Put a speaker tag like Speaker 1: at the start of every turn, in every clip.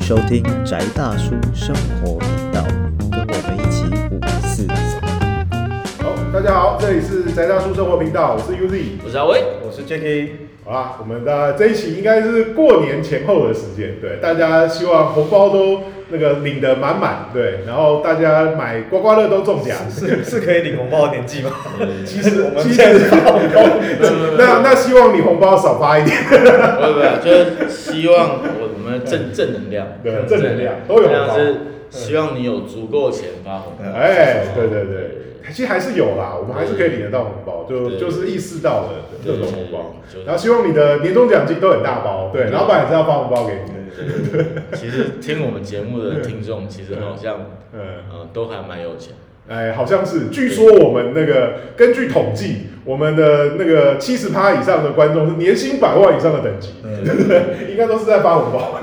Speaker 1: 收听宅大叔生活频道，跟我们一起五四三。
Speaker 2: 好，大家好，这里是宅大叔生活频道，我是 UZ。
Speaker 3: 我是阿威，
Speaker 1: 我是 Jacky，
Speaker 2: 好啦，我们的这一期应该是过年前后的时间，对，大家希望红包都那个领得满满，对，然后大家买刮刮乐都中奖。
Speaker 4: 是是可以领红包的年纪吗？
Speaker 2: 其实
Speaker 4: 我们
Speaker 2: 其实
Speaker 4: 现在是
Speaker 2: 那 那那希望你红包少发一点，
Speaker 3: 不不，啊就是希望我我们正正能量，
Speaker 2: 对正能量都有
Speaker 3: 这样
Speaker 2: 好
Speaker 3: 是希望你有足够钱发红包。
Speaker 2: 哎，对对对，其实还是有啦，我们还是可以领得到红包，就
Speaker 3: 对
Speaker 2: 就是意识到了这
Speaker 3: 对
Speaker 2: 种红包，
Speaker 3: 就是
Speaker 2: 然后希望你的年终奖金都很大包，对，
Speaker 3: 对
Speaker 2: 老板也是要发红包给你的，
Speaker 3: 对对对其实听我们节目的听众，其实好像
Speaker 2: 嗯。
Speaker 3: 呃都还蛮有钱，
Speaker 2: 哎，好像是。据说我们那个根据统计，我们的那个七十趴以上的观众是年薪百万以上的等级，
Speaker 3: 嗯
Speaker 2: 应该都是在发红 包。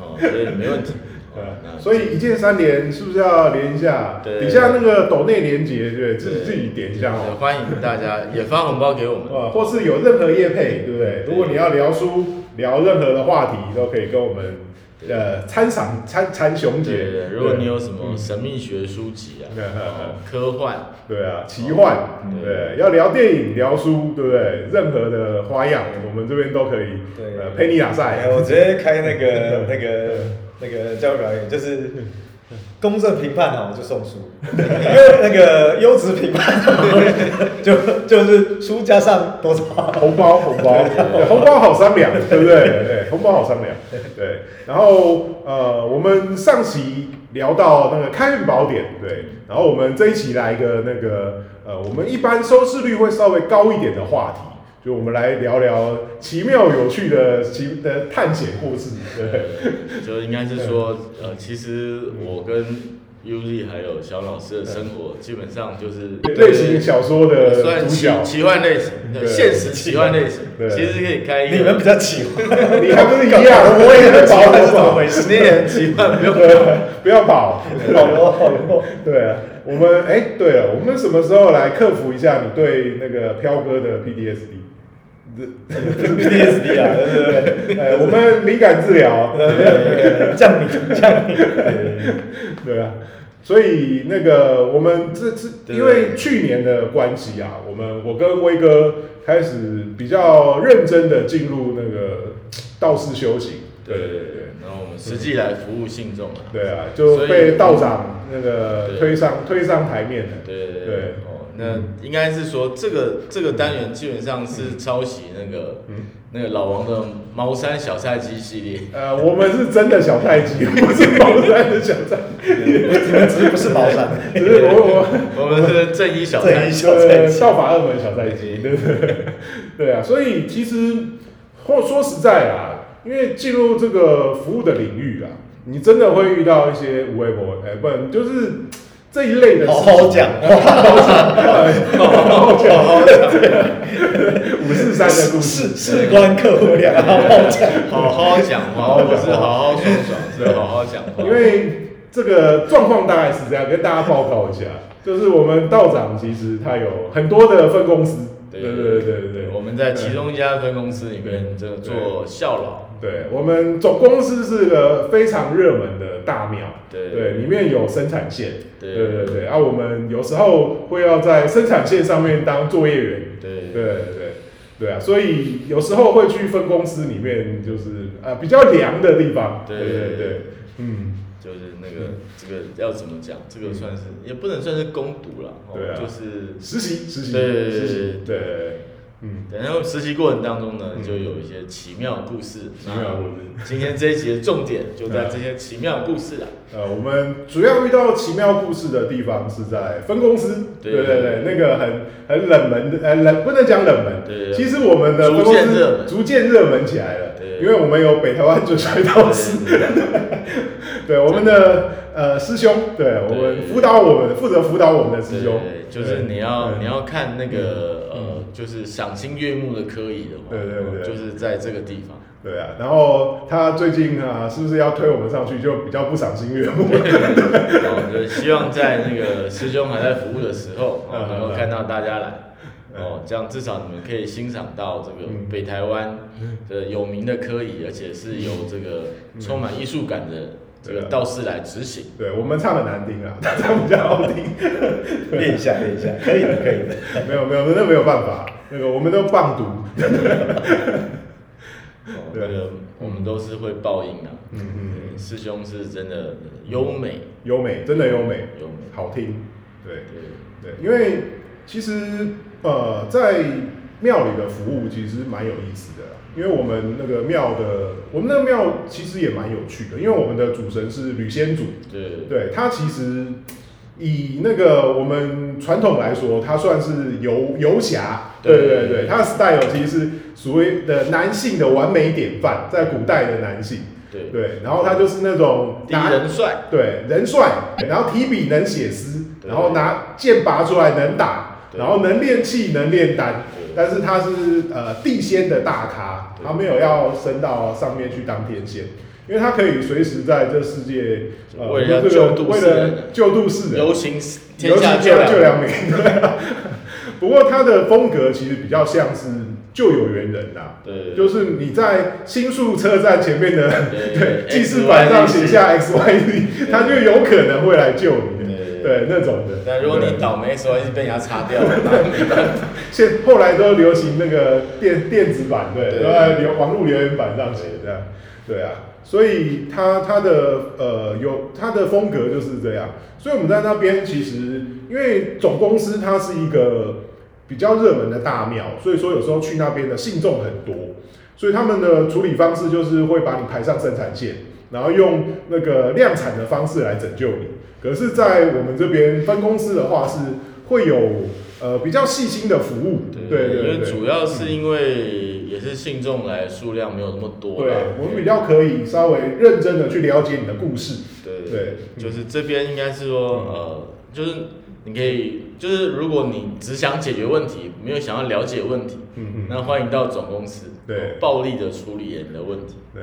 Speaker 3: 哦，所以没问题。哦
Speaker 2: 呃
Speaker 3: 那
Speaker 2: 所以一键三连是不是要连一下？
Speaker 3: 对
Speaker 2: 底下那个抖内连接，对，自己
Speaker 3: 对
Speaker 2: 自己点一下
Speaker 3: 呃
Speaker 2: 哦。
Speaker 3: 欢迎大家也发红包给我们。
Speaker 2: 呃，或是有任何业配，对不对？如果你要聊书、聊任何的话题，都可以跟我们呃参赏参参熊
Speaker 3: 对
Speaker 2: 姐
Speaker 3: 对。对，如果你有什么神秘学书籍啊
Speaker 2: 嗯嗯嗯，
Speaker 3: 哦科幻，
Speaker 2: 对啊，奇幻，对，要聊电影、聊书，对不对？任何的花样，我们这边都可以，
Speaker 4: 对
Speaker 2: 呃，陪你打
Speaker 4: 哎，
Speaker 2: 赛。
Speaker 4: 我直接开 那个那个那个教育表演，就是公正评判哦好就 送书，因为那个优质评判就就是书加上多少。
Speaker 2: 红包，红包，对红包好商量，对不对？对，红包好商量。对，然后呃，我们上期聊到那个开运宝典，对，然后我们这一期来一个那个呃，我们一般收视率会稍微高一点的话题。就我们来聊聊奇妙有趣的奇的探险故事，对，
Speaker 3: 就应该是说，呃，其实我跟 Uzi 还有小老师的生活，基本上就是
Speaker 2: 类型小说的
Speaker 3: 算
Speaker 2: 主
Speaker 3: 奇
Speaker 2: 角，
Speaker 3: 奇幻类型，对，
Speaker 2: 对
Speaker 3: 现实奇幻类型，
Speaker 2: 对
Speaker 3: 其实可以开一个。
Speaker 4: 你们比较奇怪，
Speaker 2: 你还不是一样？我也
Speaker 4: 很
Speaker 2: 很
Speaker 4: 奇
Speaker 2: 保
Speaker 4: 怪是怎么
Speaker 2: 守，
Speaker 4: 回事？
Speaker 3: 你也很奇幻，不用
Speaker 2: 不要跑。
Speaker 4: 好多好
Speaker 3: 哦
Speaker 4: 多，
Speaker 2: 对啊，我们哎、对了，我们什么时候来克服一下你对那个飘哥的 PDSD？
Speaker 4: PTSD 啊，对对对呃
Speaker 2: 哎，我们敏感治疗，
Speaker 4: 对，降你降你，
Speaker 2: 对啊。所以那个我们这次
Speaker 3: 对
Speaker 2: 因为去年的关系啊，我们我跟威哥开始比较认真的进入那个道士修行。
Speaker 3: 对对对对，然后我们实际来服务信众啊。
Speaker 2: 对啊，就
Speaker 3: 所以
Speaker 2: 被道长那个
Speaker 3: 对
Speaker 2: 推上推上台面了。
Speaker 3: 对对
Speaker 2: 对
Speaker 3: 对哦，那应该是说这个这个单元基本上是抄袭那个
Speaker 2: 嗯
Speaker 3: 那个老王的茅山小菜鸡系 列。
Speaker 2: 呃，我们是真的小菜鸡，不是茅山的小菜，
Speaker 4: 你们只是不是茅山，
Speaker 2: 只是我我
Speaker 3: 我们是正一小
Speaker 4: 这
Speaker 3: 菜
Speaker 4: 一
Speaker 3: 鸡，
Speaker 4: 小菜
Speaker 2: 呃
Speaker 4: 鸡，
Speaker 2: 效法二门小菜鸡，对不对？对啊，所以其实或说实在啊，因为进入这个服务的领域啊，你真的会遇到一些无微博，哎、不然就是这一类的
Speaker 4: 好
Speaker 2: 事情
Speaker 4: 好讲，
Speaker 2: 好好讲， 五四三的故事
Speaker 4: 事事关客户量，好好讲。
Speaker 3: 好好讲
Speaker 2: 好好讲话
Speaker 3: 话，不是好好爽爽，是好好讲话。
Speaker 2: 因为这个状况大概是这样，跟大家报告一下，就是我们道长其实他有很多的分公司，对
Speaker 3: 对
Speaker 2: 对
Speaker 3: 对
Speaker 2: 对对对
Speaker 3: 对，我们在其中一家分公司里面，这个做效劳，
Speaker 2: 对我们总公司是个非常热门的大庙，
Speaker 3: 对
Speaker 2: 对，里面有生产线，
Speaker 3: 对
Speaker 2: 对对对，啊，我们有时候会要在生产线上面当作业员，
Speaker 3: 对
Speaker 2: 对对对对啊，所以有时候会去分公司里面，就是呃比较凉的地方，
Speaker 3: 对
Speaker 2: 对对
Speaker 3: 对
Speaker 2: 对，嗯，
Speaker 3: 就是那个这个要怎么讲？这个算是也不能算是攻读了，哦
Speaker 2: 对啊
Speaker 3: 就是
Speaker 2: 实习实习
Speaker 3: 对对对
Speaker 2: 实习，对
Speaker 3: 对
Speaker 2: 对对，嗯，
Speaker 3: 对然后实习过程当中呢
Speaker 2: 嗯，
Speaker 3: 就有一些奇妙的故事。
Speaker 2: 奇妙的故事嗯
Speaker 3: 那今天这一集的重点就在这些奇妙的故事啊。
Speaker 2: 呃，我们主要遇到奇妙故事的地方是在分公司，
Speaker 3: 对
Speaker 2: 对对对，那个很很冷门的，呃，冷不能讲冷门，
Speaker 3: 对对
Speaker 2: 其实我们的分公
Speaker 3: 逐渐热
Speaker 2: 司
Speaker 3: 门
Speaker 2: 逐渐热门起来了，
Speaker 3: 对
Speaker 2: 因为我们有北台湾准摔道师，
Speaker 3: 对对对
Speaker 2: 对我们的呃师兄，对我
Speaker 3: 对
Speaker 2: 们
Speaker 3: 对
Speaker 2: 辅导我们负责辅导我们的师兄，
Speaker 3: 对，就是你要你
Speaker 2: 要
Speaker 3: 要看那个呃，就是赏心悦目的科仪的话，
Speaker 2: 嗯对对对
Speaker 3: 就是在这个地方。
Speaker 2: 对啊，然后他最近啊，是不是要推我们上去，就比较不赏心悦目？
Speaker 3: 哦，就希望在那个师兄还在服务的时候，
Speaker 2: 嗯
Speaker 3: 哦、能够看到大家来。哦，这样至少你们可以欣赏到这个
Speaker 2: 嗯
Speaker 3: 北台湾的有名的科仪，而且是由这个充满艺术感的
Speaker 2: 嗯
Speaker 3: 这
Speaker 2: 对
Speaker 3: 个
Speaker 2: 啊
Speaker 3: 道士来执行。
Speaker 2: 对我们唱的难听啊，他唱比较好听。
Speaker 4: 练一下，练一下，可以的，可以的。
Speaker 2: 没有没有，那没有办法，那个我们都棒读。
Speaker 3: 哦，
Speaker 2: 对啊
Speaker 3: 这个我们都是会报应啊。嗯嗯，师兄是真的优美，
Speaker 2: 优美，真的优美，
Speaker 3: 优美
Speaker 2: 好听。对
Speaker 3: 对，
Speaker 2: 对，因为其实呃，在庙里的服务其实蛮有意思的啦，因为我们那个庙的，我们那个庙其实也蛮有趣的，因为我们的主神是吕仙主，
Speaker 3: 对对
Speaker 2: 对他其实以那个我们传统来说，他算是游游侠，
Speaker 3: 对
Speaker 2: 对对对，他的 style 其实是所谓的男性的完美典范，在古代的男性，
Speaker 3: 对，
Speaker 2: 对，然后他就是那种
Speaker 3: 第一
Speaker 2: 拿
Speaker 3: 人帅，
Speaker 2: 对，人帅，然后提笔能写诗，
Speaker 3: 对
Speaker 2: 然后拿剑拔出来能打，
Speaker 3: 对
Speaker 2: 然后能练气能炼丹，
Speaker 3: 对
Speaker 2: 但是他是呃地仙的大咖，
Speaker 3: 对
Speaker 2: 他没有要升到上面去当天仙，因为他可以随时在这世界呃
Speaker 3: 为了要
Speaker 2: 这个
Speaker 3: 救度
Speaker 2: 为
Speaker 3: 世人
Speaker 2: 了救度世人，
Speaker 3: 游行天
Speaker 2: 尤其
Speaker 3: 下
Speaker 2: 救
Speaker 3: 救
Speaker 2: 救
Speaker 3: 良
Speaker 2: 良民。对啊不过他的风格其实比较像是救有缘人呐、
Speaker 3: 对，
Speaker 2: 就是你在新宿车站前面的
Speaker 3: 对哎
Speaker 2: 对，记事
Speaker 3: XYZ
Speaker 2: 板上写下 X Y Z，他就有可能会来救你的，
Speaker 3: 对
Speaker 2: 对那种的。
Speaker 3: 但如果
Speaker 2: 对
Speaker 3: 你倒霉的时候一直被人家擦掉，那没办法。
Speaker 2: 现后来都流行那个电电子版，对，
Speaker 3: 对
Speaker 2: 都在留 网络留言板上写这样，对啊，所以他他的呃有他的风格就是这样，所以我们在那边其实因为总公司它是一个比较热门的大庙，所以说有时候去那边的信众很多，所以他们的处理方式就是会把你排上生产线，然后用那个量产的方式来拯救你。可是，在我们这边分公司的话是会有呃比较细心的服务，对对对
Speaker 3: 因为主要是因为也是信众来数量没有那么多
Speaker 2: 对
Speaker 3: 啦，
Speaker 2: 我们比较可以稍微认真的去了解你的故事，
Speaker 3: 对
Speaker 2: 对嗯
Speaker 3: 就是这边应该是说呃，就是你可以，就是如果你只想解决问题，没有想要了解问题，
Speaker 2: 嗯嗯，
Speaker 3: 那欢迎到总公司，
Speaker 2: 对
Speaker 3: 暴力的处理你的问题，
Speaker 2: 对。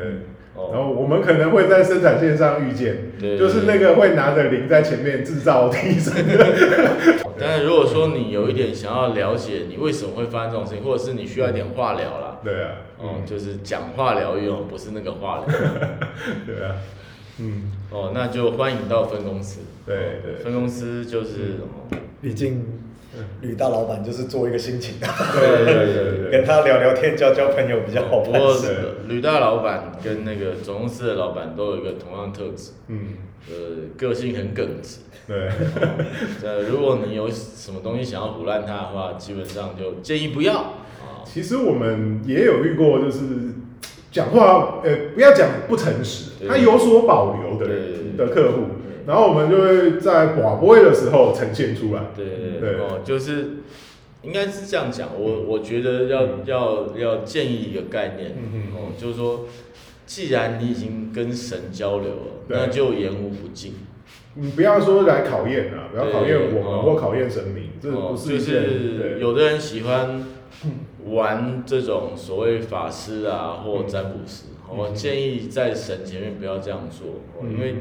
Speaker 2: 然
Speaker 3: 哦，
Speaker 2: 后我们可能会在生产线上遇见，
Speaker 3: 对
Speaker 2: 就是那个会拿着铃在前面制造提 升的，
Speaker 3: 哦但是如果说你有一点想要了解你为什么会发生这种事情，或者是你需要一点化疗啦，
Speaker 2: 对啊，
Speaker 3: 哦，就是讲话疗愈哦，不是那个化疗。
Speaker 2: 对啊，嗯，
Speaker 3: 哦，那就欢迎到分公司。
Speaker 2: 对对
Speaker 3: 分公司就是哦
Speaker 4: 毕竟吕大老板就是做一个心情的，
Speaker 2: 对对对对
Speaker 4: 跟他聊聊天、交交朋友比较好
Speaker 3: 不
Speaker 4: 办
Speaker 3: 过
Speaker 4: 事。
Speaker 3: 吕大老板跟那个总公司的老板都有一个同样的特质，
Speaker 2: 嗯，
Speaker 3: 呃，个性很耿直。
Speaker 2: 对，
Speaker 3: 呃，如果你有什么东西想要唬烂他的话，基本上就建议不要。啊、
Speaker 2: 其实我们也有遇过，就是讲话，呃，不要讲不诚实，
Speaker 3: 对
Speaker 2: 他有所保留的人
Speaker 3: 对
Speaker 2: 的客户，然后我们就会在广播的时候呈现出来。
Speaker 3: 对
Speaker 2: 对
Speaker 3: 对对，哦，就是应该是这样讲。我我觉得要、要要建议一个概念，
Speaker 2: 嗯
Speaker 3: 哦，就是说，既然你已经跟神交流了，
Speaker 2: 对
Speaker 3: 那就言无不尽。
Speaker 2: 你不要说来考验啊，不要考验我们
Speaker 3: 对
Speaker 2: 或考验神明，这
Speaker 3: 哦
Speaker 2: 不是
Speaker 3: 就
Speaker 2: 一件
Speaker 3: 是
Speaker 2: 对
Speaker 3: 有的人喜欢玩这种所谓法师啊或
Speaker 2: 嗯
Speaker 3: 占卜师，我建议在神前面不要这样做，哦
Speaker 2: 嗯
Speaker 3: 因为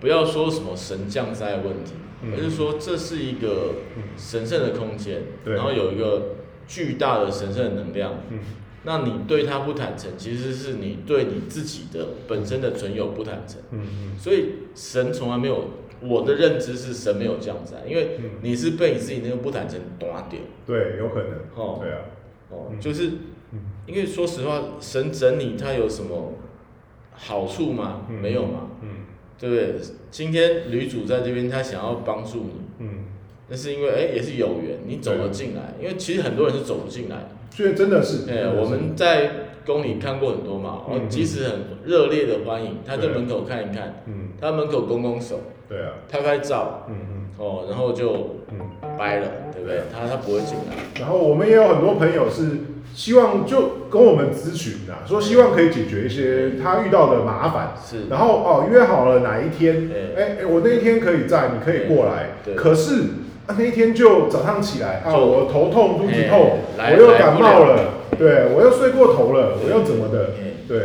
Speaker 3: 不要说什么神降灾问题，
Speaker 2: 嗯
Speaker 3: 而是说这是一个神圣的空间，
Speaker 2: 对
Speaker 3: 然后有一个巨大的神圣的能量。
Speaker 2: 嗯
Speaker 3: 那你对他不坦诚，其实是你对你自己的本身的存有不坦诚。
Speaker 2: 嗯嗯
Speaker 3: 所以神从来没有，我的认知是神没有降灾，因为
Speaker 2: 嗯
Speaker 3: 你是被你自己那个不坦诚打掉，
Speaker 2: 对，有可能
Speaker 3: 哦
Speaker 2: 对啊，
Speaker 3: 哦
Speaker 2: 嗯，
Speaker 3: 就是
Speaker 2: 嗯
Speaker 3: 因为说实话，神整你它有什么好处吗？
Speaker 2: 嗯
Speaker 3: 没有嘛，
Speaker 2: 嗯
Speaker 3: 对不对？今天女主在这边，她想要帮助你，
Speaker 2: 嗯，
Speaker 3: 那是因为哎也是有缘，你走了进来，因为其实很多人是走不进来的。
Speaker 2: 所以真的是，真
Speaker 3: 哎、
Speaker 2: 的是
Speaker 3: 我们在宫里看过很多嘛，
Speaker 2: 嗯
Speaker 3: 哦，即使很热烈的欢迎，他
Speaker 2: 对
Speaker 3: 在门口看一看，
Speaker 2: 嗯
Speaker 3: 他门口拱拱手，
Speaker 2: 对啊，
Speaker 3: 拍拍照，
Speaker 2: 嗯嗯
Speaker 3: 哦，然后就
Speaker 2: 嗯。
Speaker 3: 掰了，对不对？他他不会进来，
Speaker 2: 然后我们也有很多朋友是希望就跟我们咨询啊，说希望可以解决一些他遇到的麻烦，
Speaker 3: 是
Speaker 2: 然后哦约好了哪一天，
Speaker 3: 对
Speaker 2: 哎哎我那一天可以在，你可以过来，
Speaker 3: 对
Speaker 2: 可是啊那一天就早上起来啊
Speaker 3: 就
Speaker 2: 我头痛肚子
Speaker 3: 哎
Speaker 2: 痛，
Speaker 3: 来
Speaker 2: 我又
Speaker 3: 来
Speaker 2: 感
Speaker 3: 不
Speaker 2: 冒
Speaker 3: 了
Speaker 2: 了，对我又睡过头了，我
Speaker 3: 对
Speaker 2: 又怎么的
Speaker 3: 哎，
Speaker 2: 对，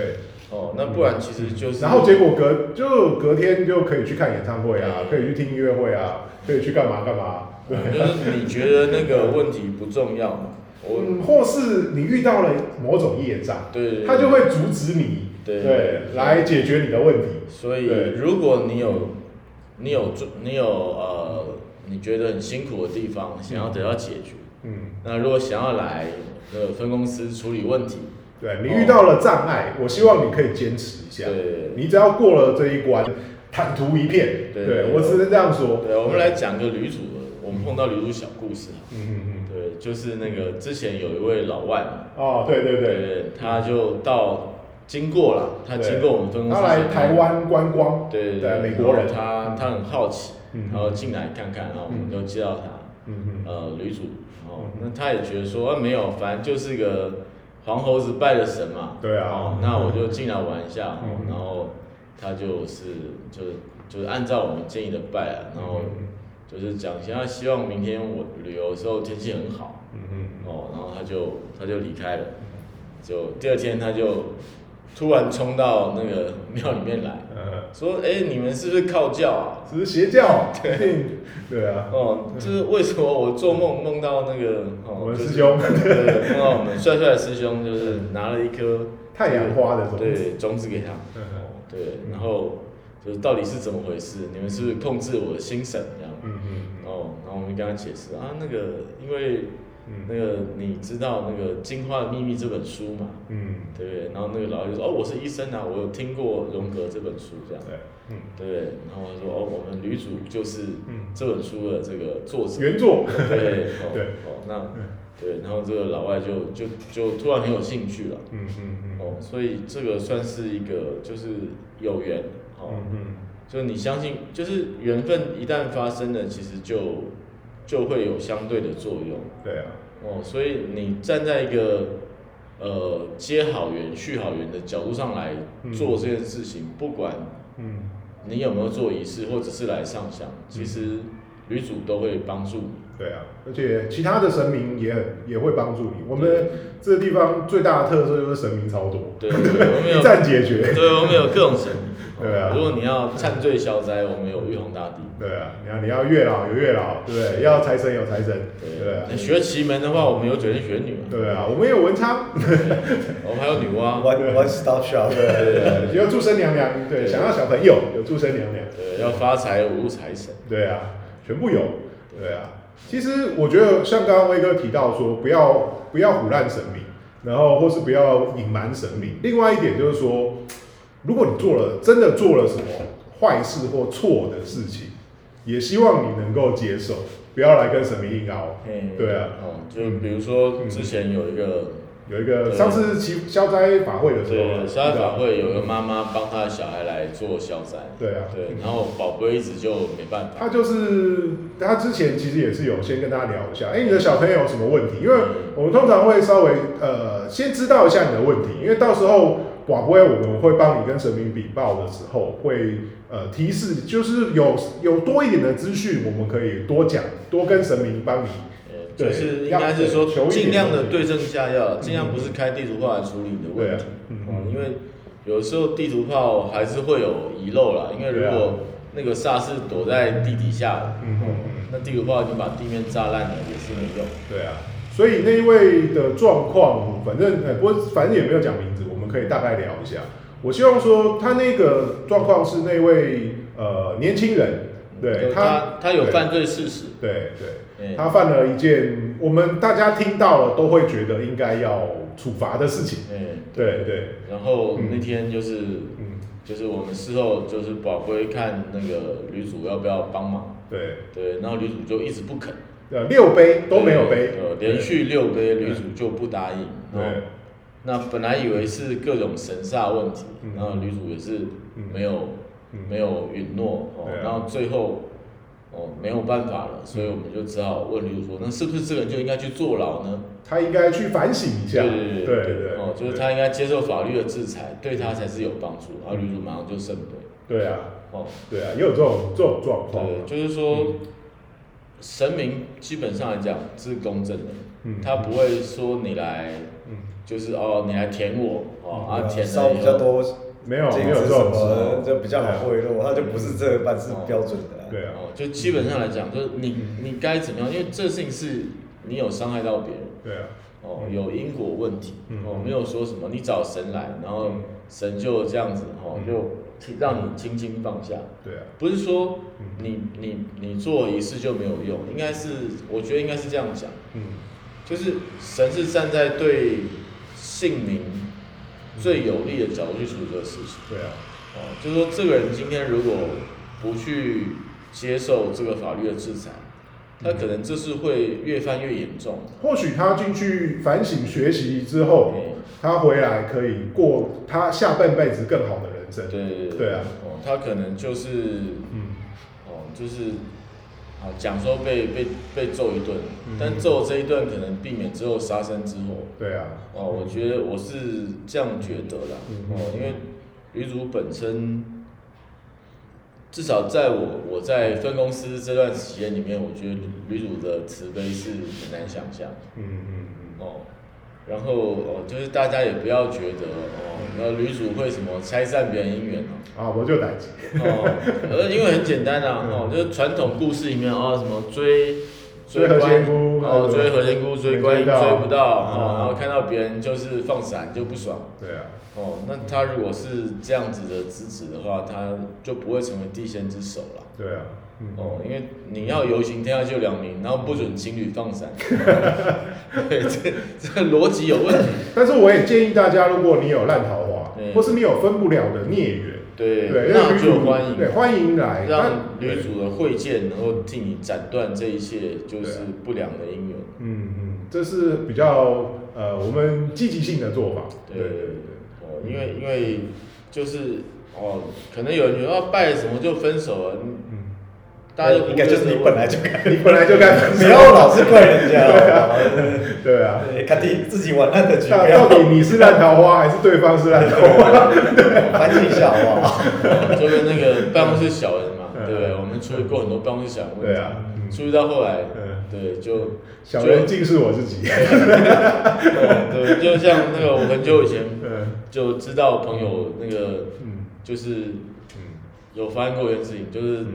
Speaker 3: 哦，那不然其实就是，
Speaker 2: 然后结果隔就隔天就可以去看演唱会啊，
Speaker 3: 对
Speaker 2: 可以去听音乐会啊，可以去干嘛干嘛，
Speaker 3: 就是你觉得那个问题不重要嘛，我
Speaker 2: 嗯，或是你遇到了某种业障，
Speaker 3: 对对对
Speaker 2: 他就会阻止你，
Speaker 3: 对
Speaker 2: 来解决你的问题。
Speaker 3: 所以
Speaker 2: 对
Speaker 3: 如果你有你有做你有呃，你觉得很辛苦的地方，想要得到解决，
Speaker 2: 嗯，
Speaker 3: 那如果想要来呃分公司处理问题，
Speaker 2: 对你遇到了障碍，我希望你可以坚持一下。
Speaker 3: 哦对
Speaker 2: 你只要过了这一关，坦途一片。
Speaker 3: 对
Speaker 2: 对
Speaker 3: 对
Speaker 2: 我只能这样说。
Speaker 3: 对，我们来讲个旅主的，我们碰到旅主小故事啊，
Speaker 2: 嗯嗯
Speaker 3: 对，就是那个之前有一位老外嘛，
Speaker 2: 嗯，哦，对对对，
Speaker 3: 对，他就到经过了，他经过我们分公司，
Speaker 2: 他来台，湾观光，
Speaker 3: 对
Speaker 2: 对，美国人
Speaker 3: 然后，他他很好奇，
Speaker 2: 嗯
Speaker 3: 然后进来看看，然后我们就介绍他，
Speaker 2: 嗯嗯，嗯
Speaker 3: 呃，女主，哦，那他也觉得说，啊没有，反正就是个黄猴子拜的神嘛，
Speaker 2: 对啊
Speaker 3: 哦，那我就进来玩一下，哦
Speaker 2: 嗯
Speaker 3: 然后他就是就是就是按照我们建议的拜啊，
Speaker 2: 嗯
Speaker 3: 然后就是讲，现在希望明天我旅游的时候天气很好，
Speaker 2: 嗯嗯
Speaker 3: 哦，然后他就他就离开了，就第二天他就突然冲到那个庙里面来，
Speaker 2: 嗯呃，
Speaker 3: 说：“哎，你们是不是靠教啊？
Speaker 2: 只是邪教，对 对啊，
Speaker 3: 哦，就是为什么我做梦梦到那个
Speaker 2: 我
Speaker 3: 哦，
Speaker 2: 们
Speaker 3: 就
Speaker 2: 师
Speaker 3: 是
Speaker 2: 兄
Speaker 3: 对，梦到我们帅帅的师兄，就是拿了一颗
Speaker 2: 太阳花的种子，
Speaker 3: 对种子给他，
Speaker 2: 嗯
Speaker 3: 哦，对，然后就是到底是怎么回事？你们是不是控制我的心神这样？
Speaker 2: 嗯嗯
Speaker 3: 哦，然后我们跟他解释啊，那个因为
Speaker 2: 嗯
Speaker 3: 那个你知道那个《进化的秘密》这本书嘛，
Speaker 2: 嗯，
Speaker 3: 对不对？然后那个老外就说哦，我是医生啊，我有听过荣格这本书这样，
Speaker 2: 对，嗯
Speaker 3: 对不对？然后他说哦，我们女主就是
Speaker 2: 嗯
Speaker 3: 这本书的这个作者，
Speaker 2: 原作，
Speaker 3: 对，哦，
Speaker 2: 对嗯
Speaker 3: 哦，那对，然后这个老外就就就突然很有兴趣了，
Speaker 2: 嗯嗯嗯
Speaker 3: 哦，所以这个算是一个就是有缘，哦，
Speaker 2: 嗯嗯，
Speaker 3: 就你相信，就是缘分一旦发生了，其实就就会有相对的作用
Speaker 2: 对啊，
Speaker 3: 哦。所以你站在一个呃接好缘、续好缘的角度上来
Speaker 2: 嗯
Speaker 3: 做这件事情，不管
Speaker 2: 嗯
Speaker 3: 你有没有做仪式，或者是来上香，其实女主都会帮助你。
Speaker 2: 对啊，而且其他的神明也很也会帮助你。我们这个地方最大的特色就是神明超多，
Speaker 3: 对，对对我们
Speaker 2: 一
Speaker 3: 有
Speaker 2: 站解决。
Speaker 3: 对，我们有各种神明。
Speaker 2: 对啊
Speaker 3: 如果你要忏罪消灾，我们有玉皇大帝。
Speaker 2: 对啊，你要你要月老有月老，对不对？要财神有财神，对啊
Speaker 3: 那学奇门的话，我们有九天玄女嘛，
Speaker 2: 对啊，我们有文昌，
Speaker 3: 我们还有女娲。
Speaker 4: one one stop shop，
Speaker 2: 对，有祝生娘娘，对，想要小朋友有祝生娘娘，
Speaker 3: 对，要发财五路财神。
Speaker 2: 对啊，全部有，对啊。其实我觉得像刚刚威哥提到说，不要不要唬烂神明，然后或是不要隐瞒神明。另外一点就是说，如果你做了真的做了什么坏事或错的事情，也希望你能够接受，不要来跟神明硬熬。对啊，嗯
Speaker 3: 哦，就比如说之前有一个，
Speaker 2: 有一个
Speaker 3: 对
Speaker 2: 上次其消灾法会的时候，
Speaker 3: 对，消
Speaker 2: 啊
Speaker 3: 灾法会有个妈妈帮她的小孩来做消灾，
Speaker 2: 对啊，
Speaker 3: 对，然后宝贝一直就没办法，
Speaker 2: 他就是他之前其实也是有先跟大家聊一下，哎、你的小朋友有什么问题？因为
Speaker 3: 嗯
Speaker 2: 我们通常会稍微呃先知道一下你的问题，因为到时候广播我们会帮你跟神明禀报的时候，会呃提示，就是有有多一点的资讯，我们可以多讲，多跟神明帮你。
Speaker 3: 呃，
Speaker 2: 对
Speaker 3: 就是应该是说
Speaker 2: 要求一点
Speaker 3: 尽量的对症下药，尽量不是开地图炮来处理你的
Speaker 2: 对
Speaker 3: 问
Speaker 2: 啊
Speaker 3: 题，，哦
Speaker 2: 嗯，
Speaker 3: 因为有时候地图炮还是会有遗漏啦，因为如
Speaker 2: 对啊
Speaker 3: 果那个煞是躲在地底下，哦
Speaker 2: 嗯嗯嗯。
Speaker 3: 那地图炮已经把地面炸烂了，也是没用。
Speaker 2: 对啊，所以那一位的状况，反正呃，不过反正也没有讲名字，我们可以大概聊一下。我希望说他那个状况是那位呃年轻人，对
Speaker 3: 就他他有
Speaker 2: 对
Speaker 3: 犯罪事实，
Speaker 2: 对对，
Speaker 3: 嗯
Speaker 2: 他犯了一件我们大家听到了都会觉得应该要处罚的事情。
Speaker 3: 嗯，
Speaker 2: 对对，
Speaker 3: 然后那天就是。
Speaker 2: 嗯，
Speaker 3: 就是我们事后就是宝龟看那个女主要不要帮忙，
Speaker 2: 对，
Speaker 3: 对，然后女主就一直不肯，
Speaker 2: 呃，六杯都没有杯
Speaker 3: 对，呃，连续哦六杯女主就不答应，
Speaker 2: 对
Speaker 3: 然后那本来以为是各种神煞问题
Speaker 2: 嗯，
Speaker 3: 然后女主也是
Speaker 2: 嗯
Speaker 3: 没有
Speaker 2: 嗯
Speaker 3: 没有允诺，哦
Speaker 2: 对啊，
Speaker 3: 然后最后哦没有办法了，所以我们就只好问女主说，那是不是这个人就应该去坐牢呢？
Speaker 2: 他应该去反省一下。
Speaker 3: 对
Speaker 2: 对
Speaker 3: 对对
Speaker 2: 对，
Speaker 3: 哦，就是他应该接受法律的制裁，对他才是有帮助，
Speaker 2: 嗯
Speaker 3: 然后女主马上就圣杯，
Speaker 2: 对啊，
Speaker 3: 哦。
Speaker 2: 对啊，也有这种这种状况。
Speaker 3: 对，就是说，神明基本上来讲是公正的，
Speaker 2: 嗯
Speaker 3: 他不会说你来，
Speaker 2: 嗯
Speaker 3: 就是哦，你来舔我，哦、
Speaker 4: 对
Speaker 3: 啊，
Speaker 4: 啊
Speaker 3: 舔
Speaker 4: 烧
Speaker 3: 了
Speaker 4: 比
Speaker 3: 以
Speaker 4: 较
Speaker 3: 后，
Speaker 4: 多
Speaker 2: 没有
Speaker 4: 这
Speaker 2: 没有这
Speaker 4: 只什
Speaker 2: 种
Speaker 4: 么
Speaker 2: 事，
Speaker 4: 就比较好贿赂，它就不是这个办事标准的啦。
Speaker 2: 对啊，嗯
Speaker 3: 哦，就基本上来讲，就是你你该怎么样，因为这事情是你有伤害到别人，
Speaker 2: 对啊，
Speaker 3: 哦，有因果问题，
Speaker 2: 嗯
Speaker 3: 哦，没有说什么你找神来，然后神就这样子，哦，
Speaker 2: 嗯
Speaker 3: 就让你轻轻放下，
Speaker 2: 对啊，
Speaker 3: 不是说你你你做一次就没有用，应该是我觉得应该是这样讲，
Speaker 2: 嗯
Speaker 3: 就是神是站在对姓名最有利的角度去处理这个事情。
Speaker 2: 对啊，
Speaker 3: 嗯哦，就是说这个人今天如果不去接受这个法律的制裁，他可能就是会越犯越严重。
Speaker 2: 或许他进去反省学习之后
Speaker 3: 嗯，
Speaker 2: 他回来可以过他下半辈子更好的人生。
Speaker 3: 对
Speaker 2: 对啊，
Speaker 3: 哦，他可能就是
Speaker 2: 嗯，
Speaker 3: 哦，就是啊，讲说被被被揍一顿，
Speaker 2: 嗯
Speaker 3: 但揍这一顿可能避免之后杀身之祸。
Speaker 2: 对啊，
Speaker 3: 哦，我觉得我是这样觉得啦。
Speaker 2: 嗯
Speaker 3: 哦，因为女主本身，至少在我我在分公司这段时间里面，我觉得女主的慈悲是很难想象的
Speaker 2: 嗯嗯嗯，
Speaker 3: 哦。然后哦，就是大家也不要觉得哦，那女主会什么拆散别人姻缘哦。
Speaker 2: 啊，我就打击。
Speaker 3: 哦，呃，因为很简单
Speaker 2: 嗯
Speaker 3: 啊，哦，就是传统故事里面哦，什么追
Speaker 2: 追
Speaker 3: 关
Speaker 2: 何仙姑那
Speaker 3: 哦，
Speaker 2: 种
Speaker 3: 追何仙姑，追
Speaker 2: 没
Speaker 3: 观音
Speaker 2: 追到
Speaker 3: 追不到，
Speaker 2: 嗯，
Speaker 3: 哦然后看到别人就是放闪就不爽，
Speaker 2: 对啊，
Speaker 3: 哦，那他如果是这样子的资质的话，他就不会成为地仙之首了。
Speaker 2: 对啊，嗯，
Speaker 3: 哦，因为你要游行天下救良民，然后不准情侣放 闪，对，这这逻辑有问题。
Speaker 2: 但是我也建议大家，如果你有烂桃花
Speaker 3: 嗯，
Speaker 2: 或是你有分不了的孽缘，
Speaker 3: 对，
Speaker 2: 对，让
Speaker 3: 那
Speaker 2: 女
Speaker 3: 就
Speaker 2: 主
Speaker 3: 欢迎
Speaker 2: 对欢迎来，
Speaker 3: 让
Speaker 2: 但
Speaker 3: 女主的会见能够替你斩断这一切就是
Speaker 2: 对啊
Speaker 3: 不良的姻缘。
Speaker 2: 嗯嗯，这是比较呃我们积极性的做法。
Speaker 3: 对对对哦，因为因为就是哦，可能有人觉得啊拜了什么就分手了，嗯，大家就
Speaker 4: 应该就是你本来就该，
Speaker 2: 你本来就该分
Speaker 4: 不
Speaker 2: 手，
Speaker 4: 要老是怪人家哦。
Speaker 2: 对啊。
Speaker 4: 对，看你自己完蛋的局，不
Speaker 2: 那
Speaker 4: 要
Speaker 2: 到底你是烂桃花还是对方是烂桃花？
Speaker 4: 反省一下好不好？
Speaker 3: 哦就跟那 个办公室小人嘛，
Speaker 2: 嗯
Speaker 3: 对不对？我们处理过很多办公室小人问题，
Speaker 2: 对啊，嗯
Speaker 3: 处理到后来，
Speaker 2: 嗯
Speaker 3: 对，就
Speaker 2: 小人
Speaker 3: 就
Speaker 2: 竟是我自己。
Speaker 3: 对，就像那个我很久以前
Speaker 2: 嗯
Speaker 3: 就知道朋友那个
Speaker 2: 嗯
Speaker 3: 就是
Speaker 2: 嗯
Speaker 3: 有发生过一件事情，就是
Speaker 4: 嗯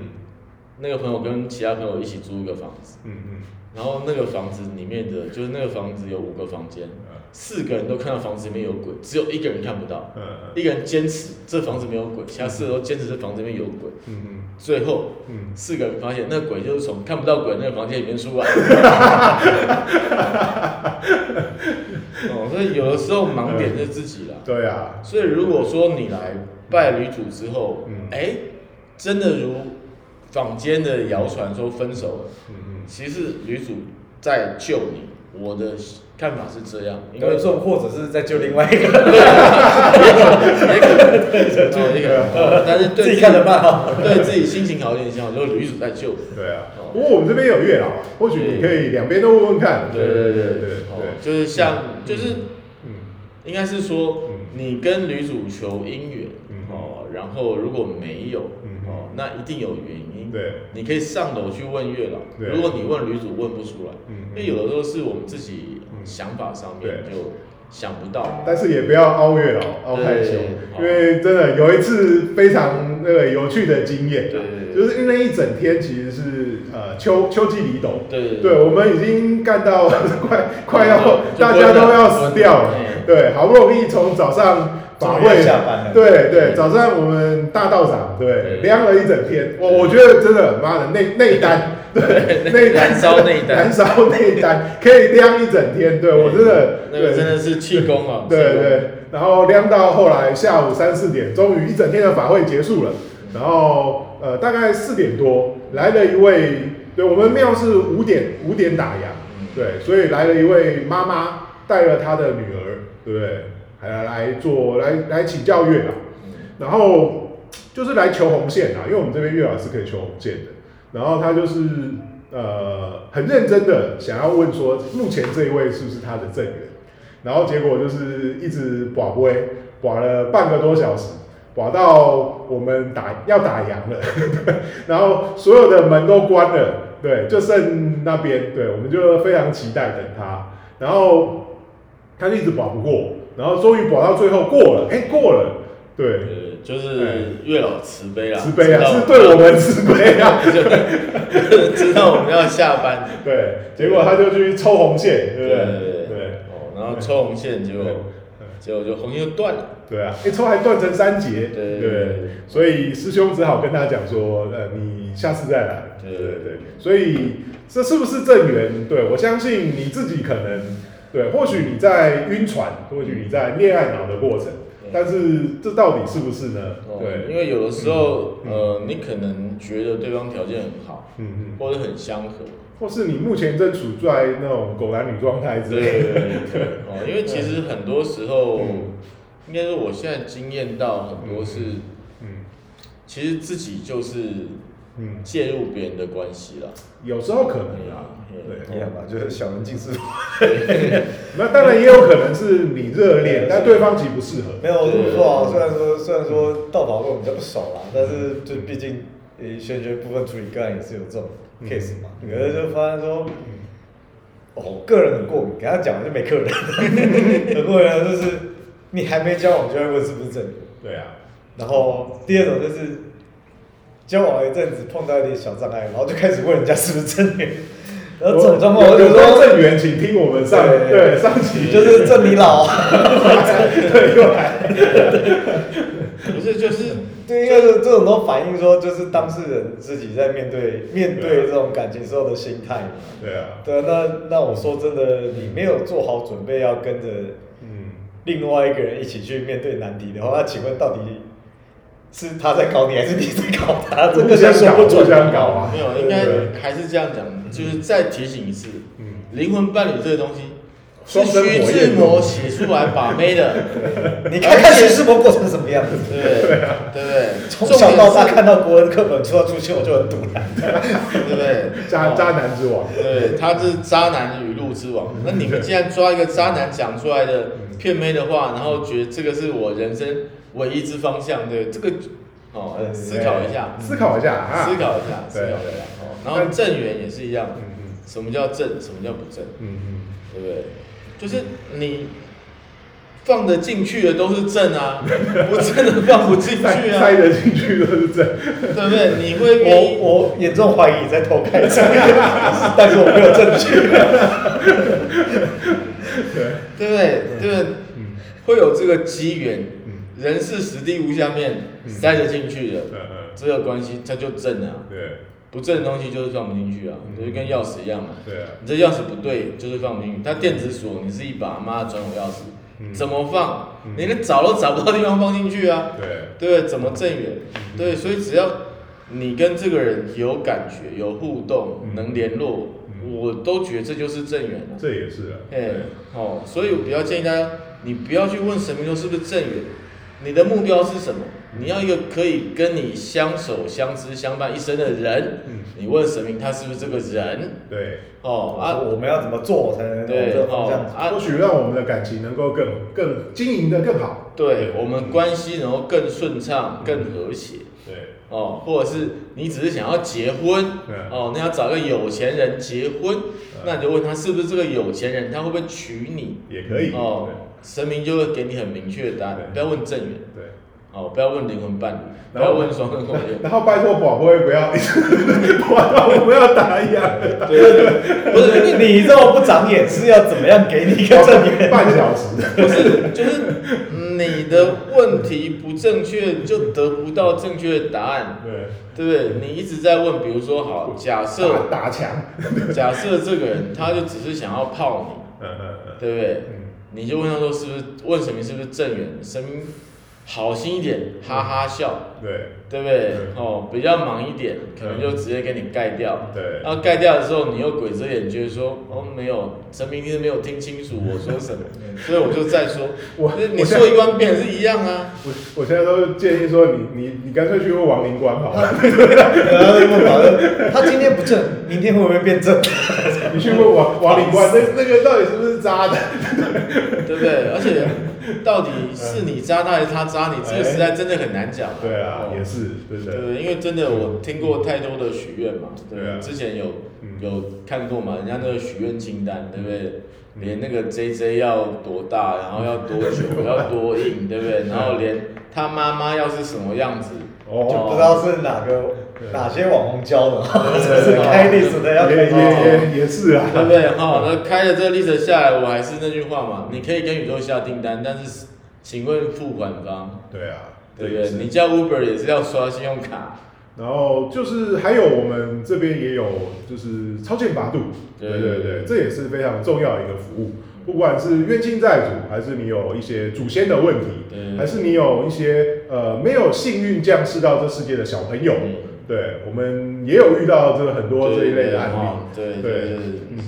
Speaker 3: 那个朋友跟其他朋友一起租一个房子，
Speaker 2: 嗯
Speaker 3: 然后那个房子里面的就是那个房子有五个房间，
Speaker 2: 嗯
Speaker 3: 四个人都看到房子里面有鬼，只有一个人看不到，
Speaker 2: 嗯
Speaker 3: 一个人坚持这房子没有鬼，其他四个都坚持这房子里面有鬼，
Speaker 2: 嗯
Speaker 3: 最后
Speaker 2: 嗯，
Speaker 3: 四个人发现，那鬼就是从看不到鬼那个房间里面出来。 哦，所以有的时候盲点是自己啦。
Speaker 2: 对啊，
Speaker 3: 所以如果说你来拜女主之后
Speaker 2: 嗯，
Speaker 3: 哎、真的如坊间的谣传说分手了，
Speaker 2: 嗯嗯
Speaker 3: 其实女主在救你。我的看法是这样，因
Speaker 4: 有
Speaker 3: 为
Speaker 4: 人
Speaker 3: 说
Speaker 4: 说， 或者是在救另外一个，
Speaker 3: 也可能，对，也可能哦，但是对
Speaker 4: 自己看着办哦。
Speaker 3: 对自己心情好一点，像我就是女主在救我。
Speaker 2: 对啊
Speaker 3: 哦。
Speaker 2: 不过我们这边有月老，或许你可以两边都问问看。
Speaker 3: 对对对对
Speaker 2: 对
Speaker 3: 哦，
Speaker 2: 对，
Speaker 3: 就是像就是
Speaker 2: 嗯
Speaker 3: 应该是说
Speaker 2: 嗯
Speaker 3: 你跟女主求姻缘
Speaker 2: 嗯
Speaker 3: 哦，然后如果没有
Speaker 2: 嗯
Speaker 3: 哦，那一定有原因。
Speaker 2: 对，
Speaker 3: 你可以上楼去问月老。
Speaker 2: 对
Speaker 3: 如果你问女主问不出来，因
Speaker 2: 嗯。
Speaker 3: 为有的时候是我们自己
Speaker 2: 嗯
Speaker 3: 想法上面
Speaker 2: 对
Speaker 3: 就想不到。
Speaker 2: 但是也不要凹月老、凹害羞
Speaker 3: 对，
Speaker 2: 因为真的有一次非常那个有趣的经验
Speaker 3: 对对，对
Speaker 2: 就是那一整天其实是呃秋秋季离斗，
Speaker 3: 对
Speaker 2: 对，我们已经干到 快快要
Speaker 3: 就
Speaker 2: 大家都要死掉了
Speaker 3: 嗯，
Speaker 2: 对，好不容易从早上法
Speaker 4: 终于
Speaker 2: 会
Speaker 4: 要下班了
Speaker 2: 对对，早上我们大道长对
Speaker 3: 对
Speaker 2: 量了一整天，我我觉得真的妈的内内 丹对内
Speaker 3: 燃烧内丹
Speaker 2: 燃烧内丹可以量一整天，对我真的
Speaker 3: 那个
Speaker 2: 对
Speaker 3: 真的是气功啊，
Speaker 2: 对
Speaker 3: 气功
Speaker 2: 对，然后量到后来下午三四点，终于一整天的法会结束了。然后呃，大概四点多来了一位，对我们庙是五点五点打烊，对，所以来了一位妈妈带了她的女儿，对不对？还来来做来来请教月老，然后就是来求红线啊，因为我们这边月老是可以求红线的。然后他就是呃很认真的想要问说，目前这一位是不是他的正缘？然后结果就是一直寡不寡了半个多小时，寡到我们打要打烊了， 然后所有的门都关了，对，就剩那边，对，我们就非常期待等他，然后他就一直保不过，然后终于保到最后过了，哎，过了，对，
Speaker 3: 就是月老慈悲啊，
Speaker 2: 慈悲啊，
Speaker 3: 知道
Speaker 2: 是对我们 慈悲啊。
Speaker 3: 就 知道我们要下班，
Speaker 2: 对，结果他就去抽红线，对不对？
Speaker 3: 对对
Speaker 2: 对
Speaker 3: 哦，然后抽红线结果
Speaker 2: 对
Speaker 3: 结果就红线就断了，
Speaker 2: 对啊，一抽还断成三节，
Speaker 3: 对
Speaker 2: 所以师兄只好跟他讲说，呃，你下次再来，
Speaker 3: 对
Speaker 2: 对对，所以这是不是正缘？对我相信你自己可能，对，或许你在晕船，或许你在恋爱脑的过程，
Speaker 3: 对
Speaker 2: 但是这到底是不是呢？
Speaker 3: 哦因
Speaker 2: 对，
Speaker 3: 为有的时候呃，你可能觉得对方条件很好，
Speaker 2: 嗯嗯，
Speaker 3: 或者很相合，
Speaker 2: 或是你目前正处在那种狗男女状态之
Speaker 3: 对
Speaker 2: 类
Speaker 3: 对
Speaker 2: 的，
Speaker 3: 对对哦，因为其实很多时候
Speaker 2: 嗯，
Speaker 3: 应该说我现在经验到很多是，
Speaker 2: 嗯
Speaker 3: 其实自己就是
Speaker 2: 嗯，
Speaker 3: 介入别人的关系啦，
Speaker 2: 有时候可能啦，
Speaker 3: 嗯
Speaker 2: 对。
Speaker 4: 一样吧，就是小人尽是福。
Speaker 2: 那当然也有可能是你热恋，但对方其实不适合。
Speaker 4: 没有这么说啊，虽然说虽然说道宝跟我们比较不熟啦，但是就毕竟呃玄学部分处理个案也是有这种 case 嘛，
Speaker 2: 嗯
Speaker 4: 可是就发现说，哦，我个人很过敏，给他讲我就没客人，很过人啊就是你还没交往就会问是不是正缘，
Speaker 2: 对啊，
Speaker 4: 然后第二种就是交往一阵子碰到一点小障碍，然后就开始问人家是不是正缘，
Speaker 2: 呃
Speaker 4: 然后这种状况我就
Speaker 2: 有时候
Speaker 4: 说。
Speaker 2: 正缘，请听我们上
Speaker 4: 对
Speaker 2: 对上期
Speaker 4: 就是正你老啊，
Speaker 2: 对又来，
Speaker 3: 不是就是
Speaker 4: 对，应该是这种都反映说，就是当事人自己在面对面对这种感情时候的心态嘛。
Speaker 2: 对啊，
Speaker 4: 对啊，那那我说真的，你没有做好准备要跟着
Speaker 2: 嗯，
Speaker 4: 另外一个人一起去面对难题的话，那请问到底是他在搞你，还是你在搞他？这个
Speaker 2: 互相
Speaker 4: 就说不
Speaker 2: 搞互
Speaker 4: 准。
Speaker 2: 相搞啊，
Speaker 3: 没有，应该还是这样讲，就是再提醒一次，
Speaker 2: 嗯
Speaker 3: 灵魂伴侣这个东西是
Speaker 2: 双生火
Speaker 3: 徐
Speaker 2: 焰
Speaker 3: 志摩写出来把妹的，
Speaker 4: 你看看徐世博过成什么样子？
Speaker 3: 对不对？对不对？
Speaker 4: 从小到大看到国文课本说出现，我就很堵然。
Speaker 3: 重点是，对不对？
Speaker 2: 渣
Speaker 3: 哦
Speaker 2: 渣男之王，
Speaker 3: 对，他是渣男语录之王。那你们既然抓一个渣男讲出来的骗妹的话，然后觉得这个是我人生唯一之方向，对这个哦，
Speaker 4: 对
Speaker 3: 思考一下，
Speaker 2: 思考一下啊，
Speaker 3: 思，考一下，思
Speaker 2: 对
Speaker 3: 考一下。哦，然后正缘也是一样，什么叫正，什么叫不正，
Speaker 2: 嗯嗯，
Speaker 3: 对不对？就是你放得进去的都是正啊，不正的放不进去
Speaker 2: 塞
Speaker 3: 啊
Speaker 2: 塞，得进去都是正，
Speaker 3: 对不对？你会愿意
Speaker 4: 我我严重怀疑你在偷看， 但是我没有证据。
Speaker 3: 对不对？对不对？会有这个机缘，人事实地无下面塞得进去的，
Speaker 2: 嗯嗯，
Speaker 3: 这个关系它就正啊，
Speaker 2: 对
Speaker 3: 不正的东西就是放不进去啊，就是跟钥匙一样嘛。
Speaker 2: 对啊，
Speaker 3: 你这钥匙不对，就是放不进去。它电子锁，你是一把妈的转火钥匙，怎么放？你连找都找不到地方放进去啊，
Speaker 2: 对，
Speaker 3: 对不对？怎么正缘？对，所以只要你跟这个人有感觉、有互动、能联络，我都觉得这就是正缘了。
Speaker 2: 这也是啊，
Speaker 3: 哎
Speaker 2: 对，
Speaker 3: 哦，所以我比较建议大家，你不要去问神明说是不是正缘，你的目标是什么？你要一个可以跟你相守、相知、相伴一生的人，
Speaker 2: 嗯
Speaker 3: 你问神明他是不是这个人？
Speaker 2: 对，
Speaker 3: 哦啊，
Speaker 4: 我们要怎么做才能往
Speaker 3: 对
Speaker 4: 这个方向
Speaker 3: 哦
Speaker 4: 走？
Speaker 3: 啊
Speaker 2: 或，许让我们的感情能够更更经营的更好，
Speaker 3: 对我们关系能够更顺畅、更和谐
Speaker 2: 对，
Speaker 3: 哦，或者是你只是想要结婚
Speaker 2: 对
Speaker 3: 哦，那要找个有钱人结婚，那你就问他是不是这个有钱人，他会不会娶你？
Speaker 2: 也可以，
Speaker 3: 哦，神明就会给你很明确的答案，
Speaker 2: 对
Speaker 3: 不要问正缘。
Speaker 2: 对对。
Speaker 3: 哦，不要问灵魂伴侣，不
Speaker 2: 然后
Speaker 3: 要问双生火焰，
Speaker 2: 然后拜托宝贝不要， 宝贝不要打烊，
Speaker 3: 不是
Speaker 4: 你 你这么不长眼是要怎么样给你一个 正面？
Speaker 2: 半小时，
Speaker 3: 不是，就是你的问题不正确，就得不到正确的答案，
Speaker 2: 对，
Speaker 3: 对不对？你一直在问，比如说好，假
Speaker 2: 打
Speaker 3: 设
Speaker 2: 打墙，
Speaker 3: 假设这个人他就只是想要泡
Speaker 2: 嗯嗯
Speaker 3: 你，
Speaker 2: 嗯
Speaker 3: 对不对？
Speaker 2: 嗯，
Speaker 3: 你就问他说是不是问神明是不是正缘，神明好心一点，哈哈笑，
Speaker 2: 对
Speaker 3: 对不对
Speaker 2: 嗯？
Speaker 3: 哦，比较忙一点，可能就直接给你盖掉。
Speaker 2: 对
Speaker 3: 然后盖掉的时候，你又鬼遮眼，觉得说哦没有，神明一直没有听清楚我说 什么，所以我就再说，
Speaker 2: 我
Speaker 3: 就是你
Speaker 2: 我现
Speaker 3: 说一万遍是一样啊。
Speaker 2: 我我现在都建议说你你你干脆去问王灵官好了，
Speaker 4: 然后问老人，他今天不正，明天会不会变正？
Speaker 2: 你去问王王灵官，那那个到底是不是渣的？
Speaker 3: 对不对？而且到底是你渣他还是他渣你，这个时代真的很难讲。
Speaker 2: 哎对啊，
Speaker 3: 哦
Speaker 2: 也是，对不
Speaker 3: 对不
Speaker 2: 对？
Speaker 3: 对？因为真的我听过太多的许愿嘛，对不
Speaker 2: 对啊
Speaker 3: 对？之前有
Speaker 2: 嗯
Speaker 3: 有看过嘛，人家那个许愿清单，对不对？连那个 JJ 要多大，然后要多久，要多 硬，对不对？然后连他妈妈要是什么样子，
Speaker 4: 就
Speaker 2: 哦，
Speaker 4: 不知道是哪个
Speaker 2: 对
Speaker 4: 哪些网红教的， 就是开 list 的要
Speaker 2: 也
Speaker 4: 开
Speaker 2: 也
Speaker 4: 到
Speaker 2: 也也是啊，
Speaker 3: 对不 对？哈，那开了这个 list 下来，我还是那句话嘛，你可以跟宇宙下订单，但是请问付款方，
Speaker 2: 对啊，
Speaker 3: 对不
Speaker 2: 也
Speaker 3: 对？
Speaker 2: 是
Speaker 3: 你叫 Uber 也是要刷信用卡，
Speaker 2: 然后就是还有我们这边也有就是超前八度，
Speaker 3: 对
Speaker 2: 对对对，这也是非常重要的一个服务。不管是冤亲债主，还是你有一些祖先的问题，
Speaker 3: 对
Speaker 2: 还是你有一些呃没有幸运降世到这世界的小朋友，
Speaker 3: 嗯
Speaker 2: 对我们也有遇到这个很多这一类的案例。
Speaker 3: 对
Speaker 2: 对
Speaker 3: 对对，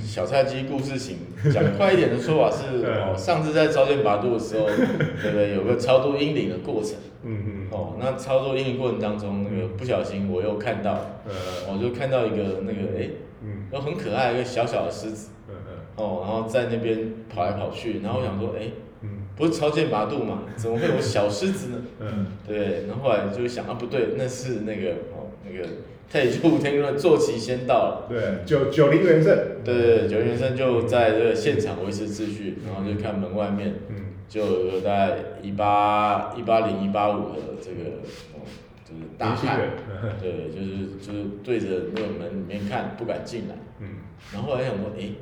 Speaker 3: 小菜鸡故事型，讲快一点的说法是，
Speaker 2: 嗯
Speaker 3: 哦，上次在超前拔度的时候，对不对？有个超度阴灵的过程，
Speaker 2: 嗯嗯，
Speaker 3: 哦，那操作阴灵过程当中，那个不小心我又看到，
Speaker 2: 呃，
Speaker 3: 我就看到一个那个，哎，
Speaker 2: 嗯
Speaker 3: 有很可爱一个小小的狮子，
Speaker 2: 嗯
Speaker 3: 哦，然后在那边跑来跑去，然后我想说，哎，
Speaker 2: 嗯
Speaker 3: 不是超前拔度嘛，怎么会有小狮子呢？
Speaker 2: 嗯
Speaker 3: 对，然后后来就想啊，不对，那是那个哦，那个太乙救苦天尊的坐骑先到了。
Speaker 2: 嗯，对，九九零元胜，
Speaker 3: 对对对，九先生就在这个现场维持秩序，然后就看门外面
Speaker 2: 嗯
Speaker 3: 就有个大概一八一八零一八五的这个，哦就是大
Speaker 2: 年轻
Speaker 3: 汉
Speaker 2: 人，，嗯
Speaker 3: 对，就是就是对着那个门里面看，不敢进来。
Speaker 2: 嗯
Speaker 3: 然后后来想说，诶，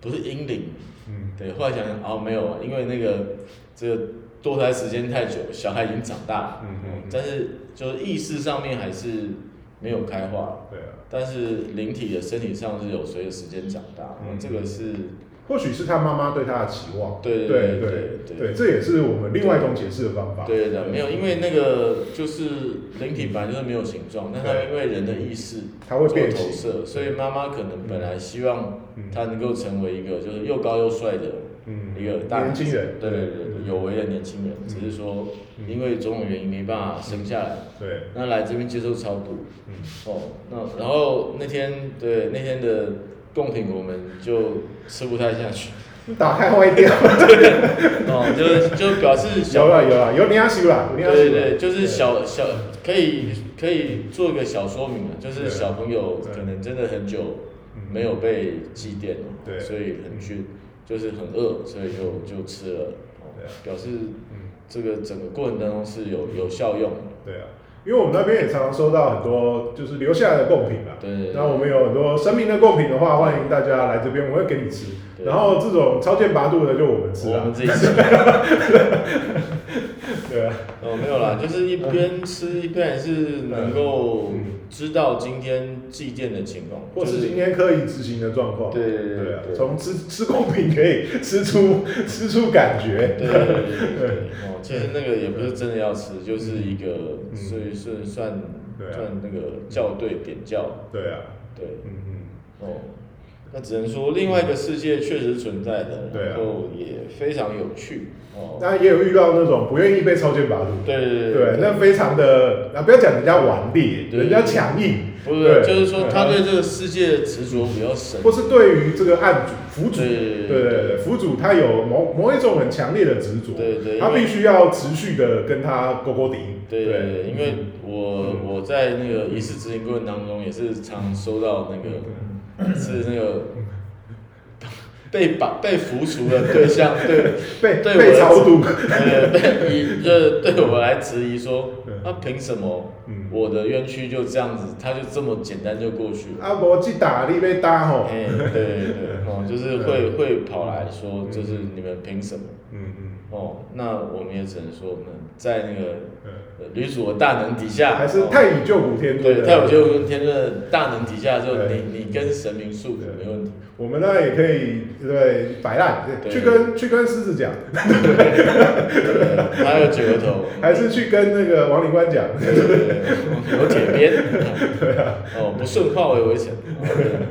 Speaker 3: 不是英灵，
Speaker 2: 嗯
Speaker 3: 对，后来想想哦没有，因为那个这个堕胎时间太久，小孩已经长大了，
Speaker 2: 嗯嗯嗯
Speaker 3: 但是就是意识上面还是没有开化。
Speaker 2: 对啊。
Speaker 3: 但是灵体的身体上是有随着时间长大，
Speaker 2: 嗯
Speaker 3: 这个是
Speaker 2: 或许是他妈妈对他的期望，
Speaker 3: 对
Speaker 2: 对
Speaker 3: 对
Speaker 2: 对
Speaker 3: 对
Speaker 2: 对
Speaker 3: 对
Speaker 2: 这也是我们另外一种解释的方法。
Speaker 3: 对的，没有，因为那个就是灵体本来就是没有形状，但它
Speaker 2: 对
Speaker 3: 因为人的意识
Speaker 2: 它会
Speaker 3: 做
Speaker 2: 变
Speaker 3: 投
Speaker 2: 形
Speaker 3: 射，所以妈妈可能本来希望
Speaker 2: 嗯
Speaker 3: 他能够成为一个就是又高又帅的
Speaker 2: 嗯
Speaker 3: 一个大
Speaker 2: 年轻人
Speaker 3: 对对对
Speaker 2: 嗯
Speaker 3: 对，有为的年轻人，只是说
Speaker 2: 嗯
Speaker 3: 因为种种原因没办法生下来，
Speaker 2: 对，
Speaker 3: 那来这边接受超度，
Speaker 2: 嗯
Speaker 3: 哦，那然后那天对那天的贡品我们就吃不太下去。
Speaker 2: 打开坏掉，
Speaker 3: 哦，就是就表示小
Speaker 2: 有了有了有你要修啦，你要
Speaker 3: 对对，就是小小可以可以做一个小说明啊，就是
Speaker 2: 对
Speaker 3: 小朋友
Speaker 2: 对
Speaker 3: 可能真的很久
Speaker 2: 嗯
Speaker 3: 没有被祭奠了，
Speaker 2: 对
Speaker 3: 所以很去就是很饿，所以就就吃了，哦
Speaker 2: 对啊
Speaker 3: 表示
Speaker 2: 嗯
Speaker 3: 这个整个过程当中是有有效用的，
Speaker 2: 对啊，因为我们那边也常常收到很多就是留下来的贡品啦。
Speaker 3: 对对对
Speaker 2: 那我们有很多神明的贡品的话，欢迎大家来这边，我会给你吃。
Speaker 3: 对
Speaker 2: 然后这种超前拔度的就我们吃
Speaker 3: 我
Speaker 2: 啊
Speaker 3: 们，自己吃。
Speaker 2: 对啊，
Speaker 3: 哦，没有啦，就是一边吃一边还是能够
Speaker 2: 嗯
Speaker 3: 知道今天祭奠的情况，
Speaker 2: 或
Speaker 3: 就是
Speaker 2: 今天可以执行的状况。
Speaker 3: 对对对
Speaker 2: 对啊，
Speaker 3: 对
Speaker 2: 从吃吃贡品可以吃出 吃出感觉。
Speaker 3: 对对对对对，哦，其实那个也不是真的要吃，就是一个
Speaker 2: 嗯
Speaker 3: 所以是算
Speaker 2: 对啊
Speaker 3: 算那个校对点教，
Speaker 2: 对啊，
Speaker 3: 对
Speaker 2: 嗯嗯。
Speaker 3: 哦，那只能说另外一个世界确实存在的，
Speaker 2: 对啊
Speaker 3: 然后也非常有趣哦，
Speaker 2: 那也有遇到那种不愿意被超前拔度，
Speaker 3: 对对
Speaker 2: 对，那非常的啊，不要讲人家顽劣，
Speaker 3: 对
Speaker 2: 人家强硬，
Speaker 3: 不是就是说
Speaker 2: 对
Speaker 3: 他对这个世界的执着比较深，
Speaker 2: 或是对于这个案主、府主，
Speaker 3: 对
Speaker 2: 对
Speaker 3: 对对
Speaker 2: 对对，府主他有某某一种很强烈的执着，
Speaker 3: 对对
Speaker 2: 他
Speaker 3: 因为
Speaker 2: 必须要持续的跟他勾勾底，
Speaker 3: 对对对，因为我我在那个仪式执行过程当中，也是常收到那个是那个 被绑被扶除的对象对
Speaker 2: 被
Speaker 3: 对
Speaker 2: 被
Speaker 3: 我的
Speaker 2: 超度，
Speaker 3: 呃被以就是对我来质疑说
Speaker 2: 嗯，
Speaker 3: 他凭什么
Speaker 2: 嗯
Speaker 3: 我的冤屈就这样子，他就这么简单就过去了？
Speaker 2: 啊，无去打你被打吼，
Speaker 3: 哎，对对对，哦，就是会会跑来说，就是你们凭什么？
Speaker 2: 嗯嗯
Speaker 3: 哦，那我们也只能说，我们在那个
Speaker 2: 嗯，
Speaker 3: 呃吕祖的大能底下，
Speaker 2: 还是
Speaker 3: 哦
Speaker 2: 太乙救苦天尊
Speaker 3: 对，
Speaker 2: 的，
Speaker 3: 太有就跟天尊的大能底下就
Speaker 2: 对
Speaker 3: 你你跟神明诉苦
Speaker 2: 对
Speaker 3: 没问题，
Speaker 2: 我们呢也可以对摆烂，
Speaker 3: 对
Speaker 2: 去跟去跟狮子讲，
Speaker 3: 对还有九个头，
Speaker 2: 还是去跟那个王灵官讲，
Speaker 3: 对对对对有铁鞭，
Speaker 2: 啊
Speaker 3: 哦，不顺化为为臣，哦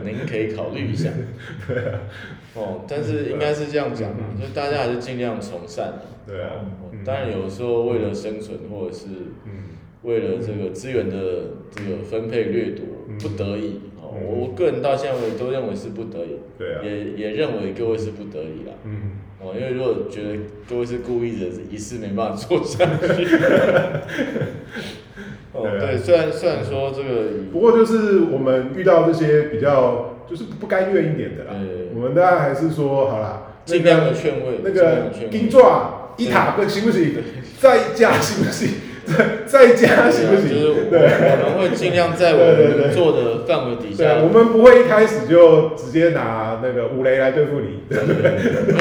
Speaker 3: 对您可以考虑 一下。
Speaker 2: 啊
Speaker 3: 哦，但是应该是这样讲嘛，就大家还是尽量从善。
Speaker 2: 对啊
Speaker 3: 哦
Speaker 2: 嗯
Speaker 3: 当然有时候为了生存或者是
Speaker 2: 嗯。
Speaker 3: 为了这个资源的这个分配掠夺
Speaker 2: 嗯，
Speaker 3: 不得已。哦
Speaker 2: 嗯
Speaker 3: 我个人到现在我也都认为是不得已，
Speaker 2: 对啊
Speaker 3: 也也认为各位是不得已啦。
Speaker 2: 嗯，
Speaker 3: 哦，因为如果觉得各位是故意的，一事没办法做下去。哦，
Speaker 2: 对啊
Speaker 3: 对，虽然虽然说这个以
Speaker 2: 不过就是我们遇到这些比较就是不甘愿一点的啦
Speaker 3: 对，
Speaker 2: 我们当然还是说好啦，
Speaker 3: 尽量的劝慰，
Speaker 2: 那
Speaker 3: 尽量
Speaker 2: 个
Speaker 3: 的劝
Speaker 2: 金
Speaker 3: 慰。
Speaker 2: 爪一塔跟行不行？再加行不行？ 再再加行不
Speaker 3: 对啊就是
Speaker 2: 行？
Speaker 3: 我
Speaker 2: 对。
Speaker 3: 我们会尽量在我
Speaker 2: 对对对
Speaker 3: 们做的范围底
Speaker 2: 对
Speaker 3: 下
Speaker 2: 啊，，我们不会一开始就直接拿那个五雷来对付你，
Speaker 3: 没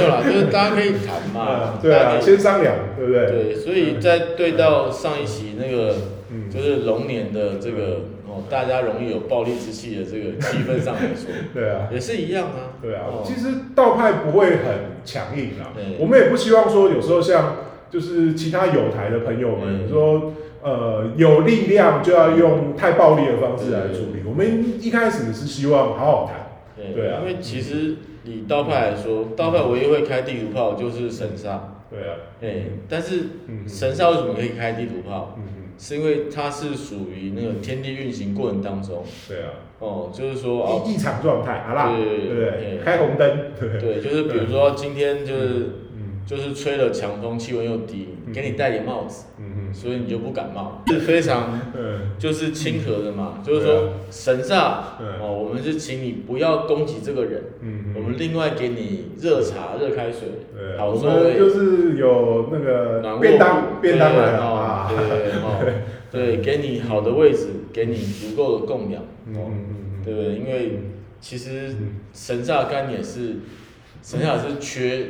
Speaker 3: 有啦，就是大家可以谈嘛
Speaker 2: 啊， 对
Speaker 3: 大
Speaker 2: 啊，
Speaker 3: 家可以
Speaker 2: 先商量，对不对？
Speaker 3: 对，所以在对到上一期那个
Speaker 2: 嗯
Speaker 3: 就是龙年的这个哦，大家容易有暴力之气的这个气氛上来 说，
Speaker 2: 对啊，
Speaker 3: 也是一样啊。
Speaker 2: 对啊
Speaker 3: 哦，
Speaker 2: 其实道派不会很强硬啦
Speaker 3: 对，
Speaker 2: 我们也不希望说有时候像就是其他有台的朋友们
Speaker 3: 嗯
Speaker 2: 说，呃，有力量就要用太暴力的方式来处理。我们一开始是希望好好谈，对啊
Speaker 3: 因为其实以刀派来说，刀派唯一会开地图炮就是神杀，
Speaker 2: 对啊，
Speaker 3: 哎，但是
Speaker 2: 嗯嗯
Speaker 3: 神杀为什么可以开地图炮？
Speaker 2: 嗯嗯，
Speaker 3: 是因为它是属于那个天地运行过程当中，
Speaker 2: 对啊，
Speaker 3: 哦，就是说哦，
Speaker 2: 异异常状态，好啦，
Speaker 3: 对
Speaker 2: 对不对？
Speaker 3: 对
Speaker 2: 开红灯，对不对，
Speaker 3: 对，就是比如说今天就是
Speaker 2: 嗯
Speaker 3: 就是吹了强风，气温又低
Speaker 2: 嗯，
Speaker 3: 给你戴点帽子，
Speaker 2: 嗯
Speaker 3: 所以你就不感冒，是非常
Speaker 2: 嗯嗯，
Speaker 3: 就是亲和的嘛，
Speaker 2: 对啊
Speaker 3: 就是说神煞
Speaker 2: 对
Speaker 3: 哦，我们是请你不要攻击这个人，
Speaker 2: 嗯
Speaker 3: 我们另外给你热茶、热开水
Speaker 2: 对，啊，
Speaker 3: 好
Speaker 2: 我
Speaker 3: 座
Speaker 2: 们就
Speaker 3: 位。
Speaker 2: 是有那
Speaker 3: 暖
Speaker 2: 个
Speaker 3: 卧
Speaker 2: 便
Speaker 3: 铺
Speaker 2: 当，便当
Speaker 3: 对
Speaker 2: 来了
Speaker 3: 哦
Speaker 2: 啊，
Speaker 3: 对对对哦， 对，给你好的位置，给你足够的供养，
Speaker 2: 嗯
Speaker 3: 哦，
Speaker 2: 嗯嗯嗯，
Speaker 3: 对不对？因为其实神煞干也是，神煞是缺，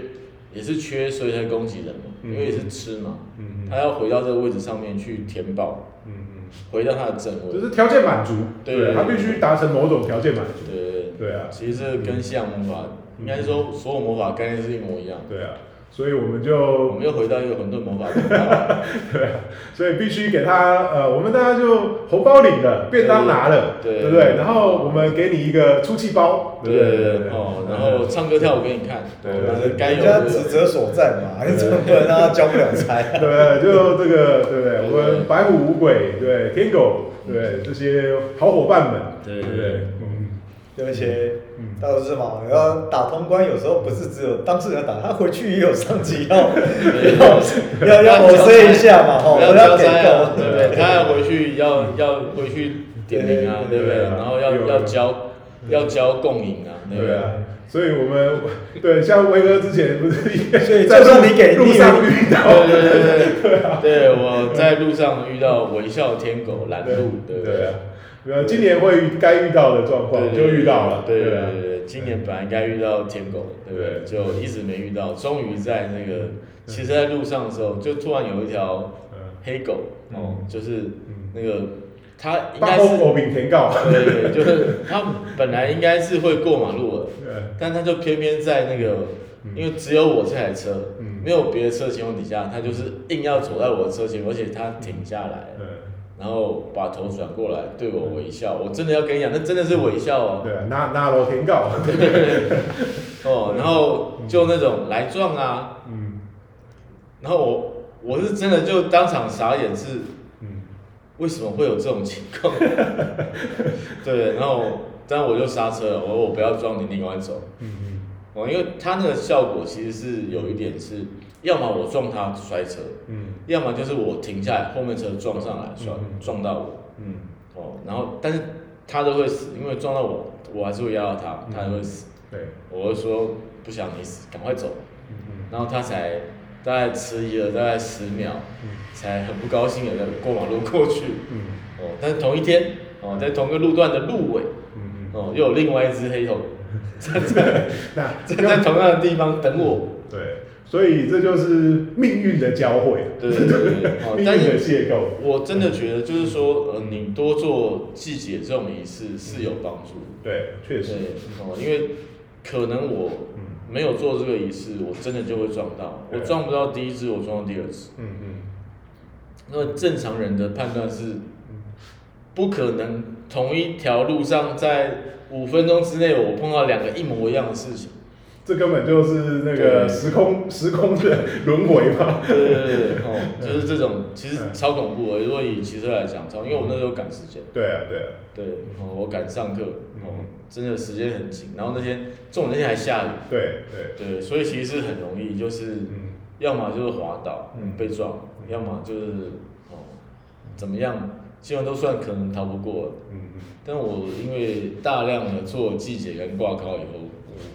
Speaker 3: 也是缺，所以才攻击人嘛，
Speaker 2: 嗯
Speaker 3: 因为也是吃嘛，
Speaker 2: 嗯嗯
Speaker 3: 他要回到这个位置上面去填饱，
Speaker 2: 嗯嗯。
Speaker 3: 回到他的正位。
Speaker 2: 就是条件满足，
Speaker 3: 对
Speaker 2: 对，他必须达成某种条件满足，
Speaker 3: 对对对，
Speaker 2: 对啊，
Speaker 3: 其实这个跟西洋魔法，应该说所有魔法概念是一模一样。
Speaker 2: 对啊，所以我们
Speaker 3: 我
Speaker 2: 就，
Speaker 3: 们又回到一个混沌魔法的方法，
Speaker 2: 对啊，所以必须给他，呃，我们大家就红包领了，便当拿了，
Speaker 3: 对
Speaker 2: 对不对？然后我们给你一个出气包，
Speaker 3: 对
Speaker 2: 不
Speaker 3: 对
Speaker 2: 对
Speaker 3: 对对哦，然后唱歌跳舞给你看，
Speaker 2: 对对
Speaker 3: 哦就是该有
Speaker 4: 人家
Speaker 3: 的
Speaker 4: 职责所在嘛，你怎么不能让他交不了差 啊？
Speaker 2: 对，就这个，对不对？
Speaker 3: 对
Speaker 2: 我们白虎、五鬼，对，天狗，对，这些好伙伴们，
Speaker 3: 对
Speaker 2: 对不对？嗯，
Speaker 4: 有一些
Speaker 2: 嗯
Speaker 4: 大都是嘛，然后打通关有时候不是只有当事人打，他回去也有上级 要要要要我塞一下嘛，
Speaker 2: 哦
Speaker 4: 吼，
Speaker 3: 不
Speaker 4: 我
Speaker 3: 要交
Speaker 4: 要给
Speaker 3: 差啊，
Speaker 4: 够，
Speaker 3: 对不对？他要回去要要回去点名啊，
Speaker 4: 对
Speaker 3: 对不对？
Speaker 2: 对啊
Speaker 3: 然后要
Speaker 2: 有
Speaker 3: 要交要交共赢啊，对不
Speaker 2: 对
Speaker 3: 对？
Speaker 2: 啊。所以我们对像威哥之前不是一个
Speaker 4: 所以
Speaker 2: 在
Speaker 4: 就算
Speaker 2: 路
Speaker 4: 你给
Speaker 2: 路
Speaker 4: 力
Speaker 2: 上遇到，
Speaker 3: 对对对 对对，对我在路上遇到微笑天狗拦路，对不
Speaker 2: 对
Speaker 3: 对
Speaker 2: 啊？，呃，今年会遇该遇到的状况
Speaker 3: 对
Speaker 2: 就遇到了，
Speaker 3: 对
Speaker 2: 啊
Speaker 3: 对对，今年本来该遇到天狗，对不对？
Speaker 2: 对
Speaker 3: 就一直没遇到，终于在那个，其实在路上的时候，就突然有一条
Speaker 2: 嗯，
Speaker 3: 黑狗，哦，就是那个它应
Speaker 2: 大
Speaker 3: 该是
Speaker 2: 公，狗饼田告，
Speaker 3: 对，就是它本来应该是会过马路的，
Speaker 2: 对
Speaker 3: 但它就偏偏在那个，因为只有我这台车，
Speaker 2: 嗯
Speaker 3: 没有别的车情况底下，它就是硬要走在我的车前，而且它停下来了。然后把头转过来对我微笑，我真的要跟你讲，那真的是微笑哦。
Speaker 2: 对啊，那那楼田告，
Speaker 3: 哦，然后就那种来撞啊，
Speaker 2: 嗯
Speaker 3: 然后我我是真的就当场傻眼是，
Speaker 2: 嗯
Speaker 3: 为什么会有这种情况？ 对，然后但我就刹车了，我说我不要撞你，你赶快走。
Speaker 2: 嗯嗯
Speaker 3: 哦，因为他那个效果其实是有一点是，要么我撞他摔车，
Speaker 2: 嗯
Speaker 3: 要么就是我停下来，后面车撞上来撞
Speaker 2: 嗯嗯
Speaker 3: 撞到我。
Speaker 2: 嗯，
Speaker 3: 哦，然后但是他都会死，因为撞到我，我还是会压到他，他还会死。
Speaker 2: 对，
Speaker 3: 我会说不想你死，赶快走。
Speaker 2: 嗯
Speaker 3: 然后他才大概迟疑了大概十秒，才很不高兴的过马路过去。
Speaker 2: 嗯
Speaker 3: 哦，但是同一天，哦，在同一个路段的路尾，
Speaker 2: 嗯
Speaker 3: 哦，又有另外一只黑头站在
Speaker 2: 嗯，那
Speaker 3: 站在同样的地方等我。
Speaker 2: 对，所以这就是命运的交汇，
Speaker 3: 对对对对，哦
Speaker 2: 命，运
Speaker 3: 但
Speaker 2: 的
Speaker 3: 是
Speaker 2: 邂逅，
Speaker 3: 我真的觉得就是说，呃，你多做季节这种仪式是有帮助的。
Speaker 2: 对，确
Speaker 3: 对
Speaker 2: 实，
Speaker 3: 哦，因为可能我
Speaker 2: 嗯
Speaker 3: 没有做这个仪式，我真的就会撞到。我
Speaker 2: 对
Speaker 3: 撞不到第一只，我撞到第二只。
Speaker 2: 嗯嗯
Speaker 3: 那正常人的判断是，不可能同一条路上在五分钟之内我碰到两个一模一样的事情。
Speaker 2: 这根本就是那个
Speaker 3: 对
Speaker 2: 时空时空的轮回嘛，
Speaker 3: 对对对对，哦， 嗯就是这种，其实超恐怖的。如果以骑车来讲，超，因为我那时候赶时间，
Speaker 2: 对啊对啊，
Speaker 3: 对，哦，我赶上课，哦
Speaker 2: 嗯，
Speaker 3: 真的时间很紧。然后那天，重点那天还下雨，
Speaker 2: 对对，
Speaker 3: 对，所以其实很容易，就是
Speaker 2: 嗯。
Speaker 3: 要么就是滑倒
Speaker 2: 嗯
Speaker 3: 被撞，要么就是哦怎么样基本上都算可能逃不过了。
Speaker 2: 嗯嗯，
Speaker 3: 但我因为大量的做季节跟挂靠以 后，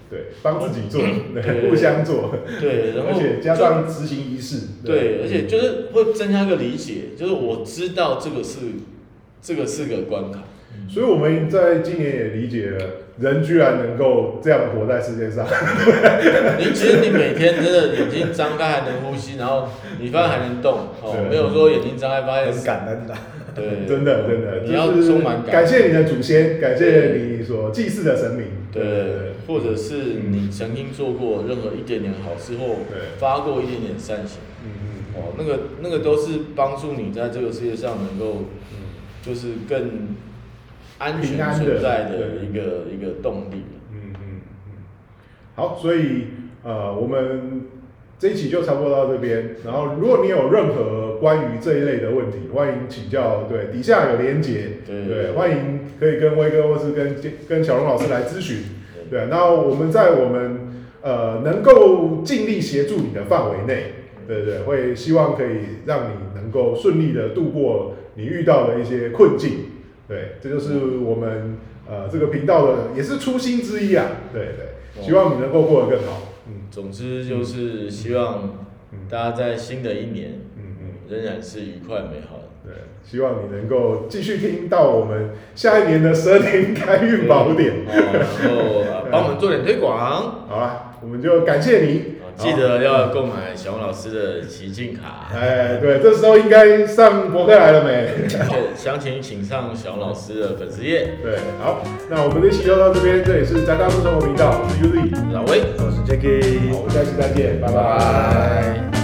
Speaker 2: 对，帮自己做，对，
Speaker 3: 对
Speaker 2: 互相做，
Speaker 3: 对，嗯然后
Speaker 2: 而且加上执行仪式，
Speaker 3: 对，而且就是会增加一个理解，就是我知道这个是这个是个关卡，
Speaker 2: 所以我们在今年也理解了，人居然能够这样活在世界上，
Speaker 3: 你其实你每天真的眼睛张开还能呼吸，然后你发现还能动哦
Speaker 2: 对，
Speaker 3: 没有说眼睛张开发
Speaker 4: 很
Speaker 3: 现
Speaker 4: 感啊恩的。
Speaker 3: 对，
Speaker 2: 真的真的，
Speaker 3: 你要
Speaker 2: 就是
Speaker 3: 充满
Speaker 2: 感
Speaker 3: 感
Speaker 2: 谢你的祖先，感谢你所祭祀的神明，
Speaker 3: 对，或者是你曾经做过任何一点点好事或
Speaker 2: 对
Speaker 3: 发过一点点善行，
Speaker 2: 嗯嗯
Speaker 3: 哦，那个那个都是帮助你在这个世界上能够
Speaker 2: 嗯
Speaker 3: 就是更安全
Speaker 2: 平安的
Speaker 3: 存在的一个一个动力。
Speaker 2: 嗯嗯嗯，好，所以呃，我们这一期就差不多到这边，然后如果你有任何关于这一类的问题，欢迎请教，对，底下有连结，
Speaker 3: 对
Speaker 2: 对，欢迎可以跟威哥或是跟跟小龙老师来咨询。对，
Speaker 3: 对
Speaker 2: 啊那我们在我们呃能够尽力协助你的范围内，
Speaker 3: 嗯
Speaker 2: 对对，会希望可以让你能够顺利的度过你遇到的一些困境。对，这就是我们呃这个频道的也是初心之一啊。对对，
Speaker 3: 哦
Speaker 2: 希望你能够过得更好。嗯
Speaker 3: 总之就是希望
Speaker 2: 嗯
Speaker 3: 大家在新的一年
Speaker 2: 嗯嗯，
Speaker 3: 仍然是愉快美好的。
Speaker 2: 对，希望你能够继续听到我们下一年的蛇年开运宝典。
Speaker 3: 哦然后呃帮我们做点推广，
Speaker 2: 好啦，我们就感谢你
Speaker 3: 哦，记得要购买小王老师的奇境卡。
Speaker 2: 哎，对，这时候应该上博客来了没？
Speaker 3: 对详情请上小王老师的粉丝页。
Speaker 2: 对，好，那我们这期就到这边，这里是宅大叔生活频道，我是 Uzi，
Speaker 3: 老威，
Speaker 4: 我是 Jacky，
Speaker 2: 好，我们下期再见，拜拜
Speaker 3: 拜。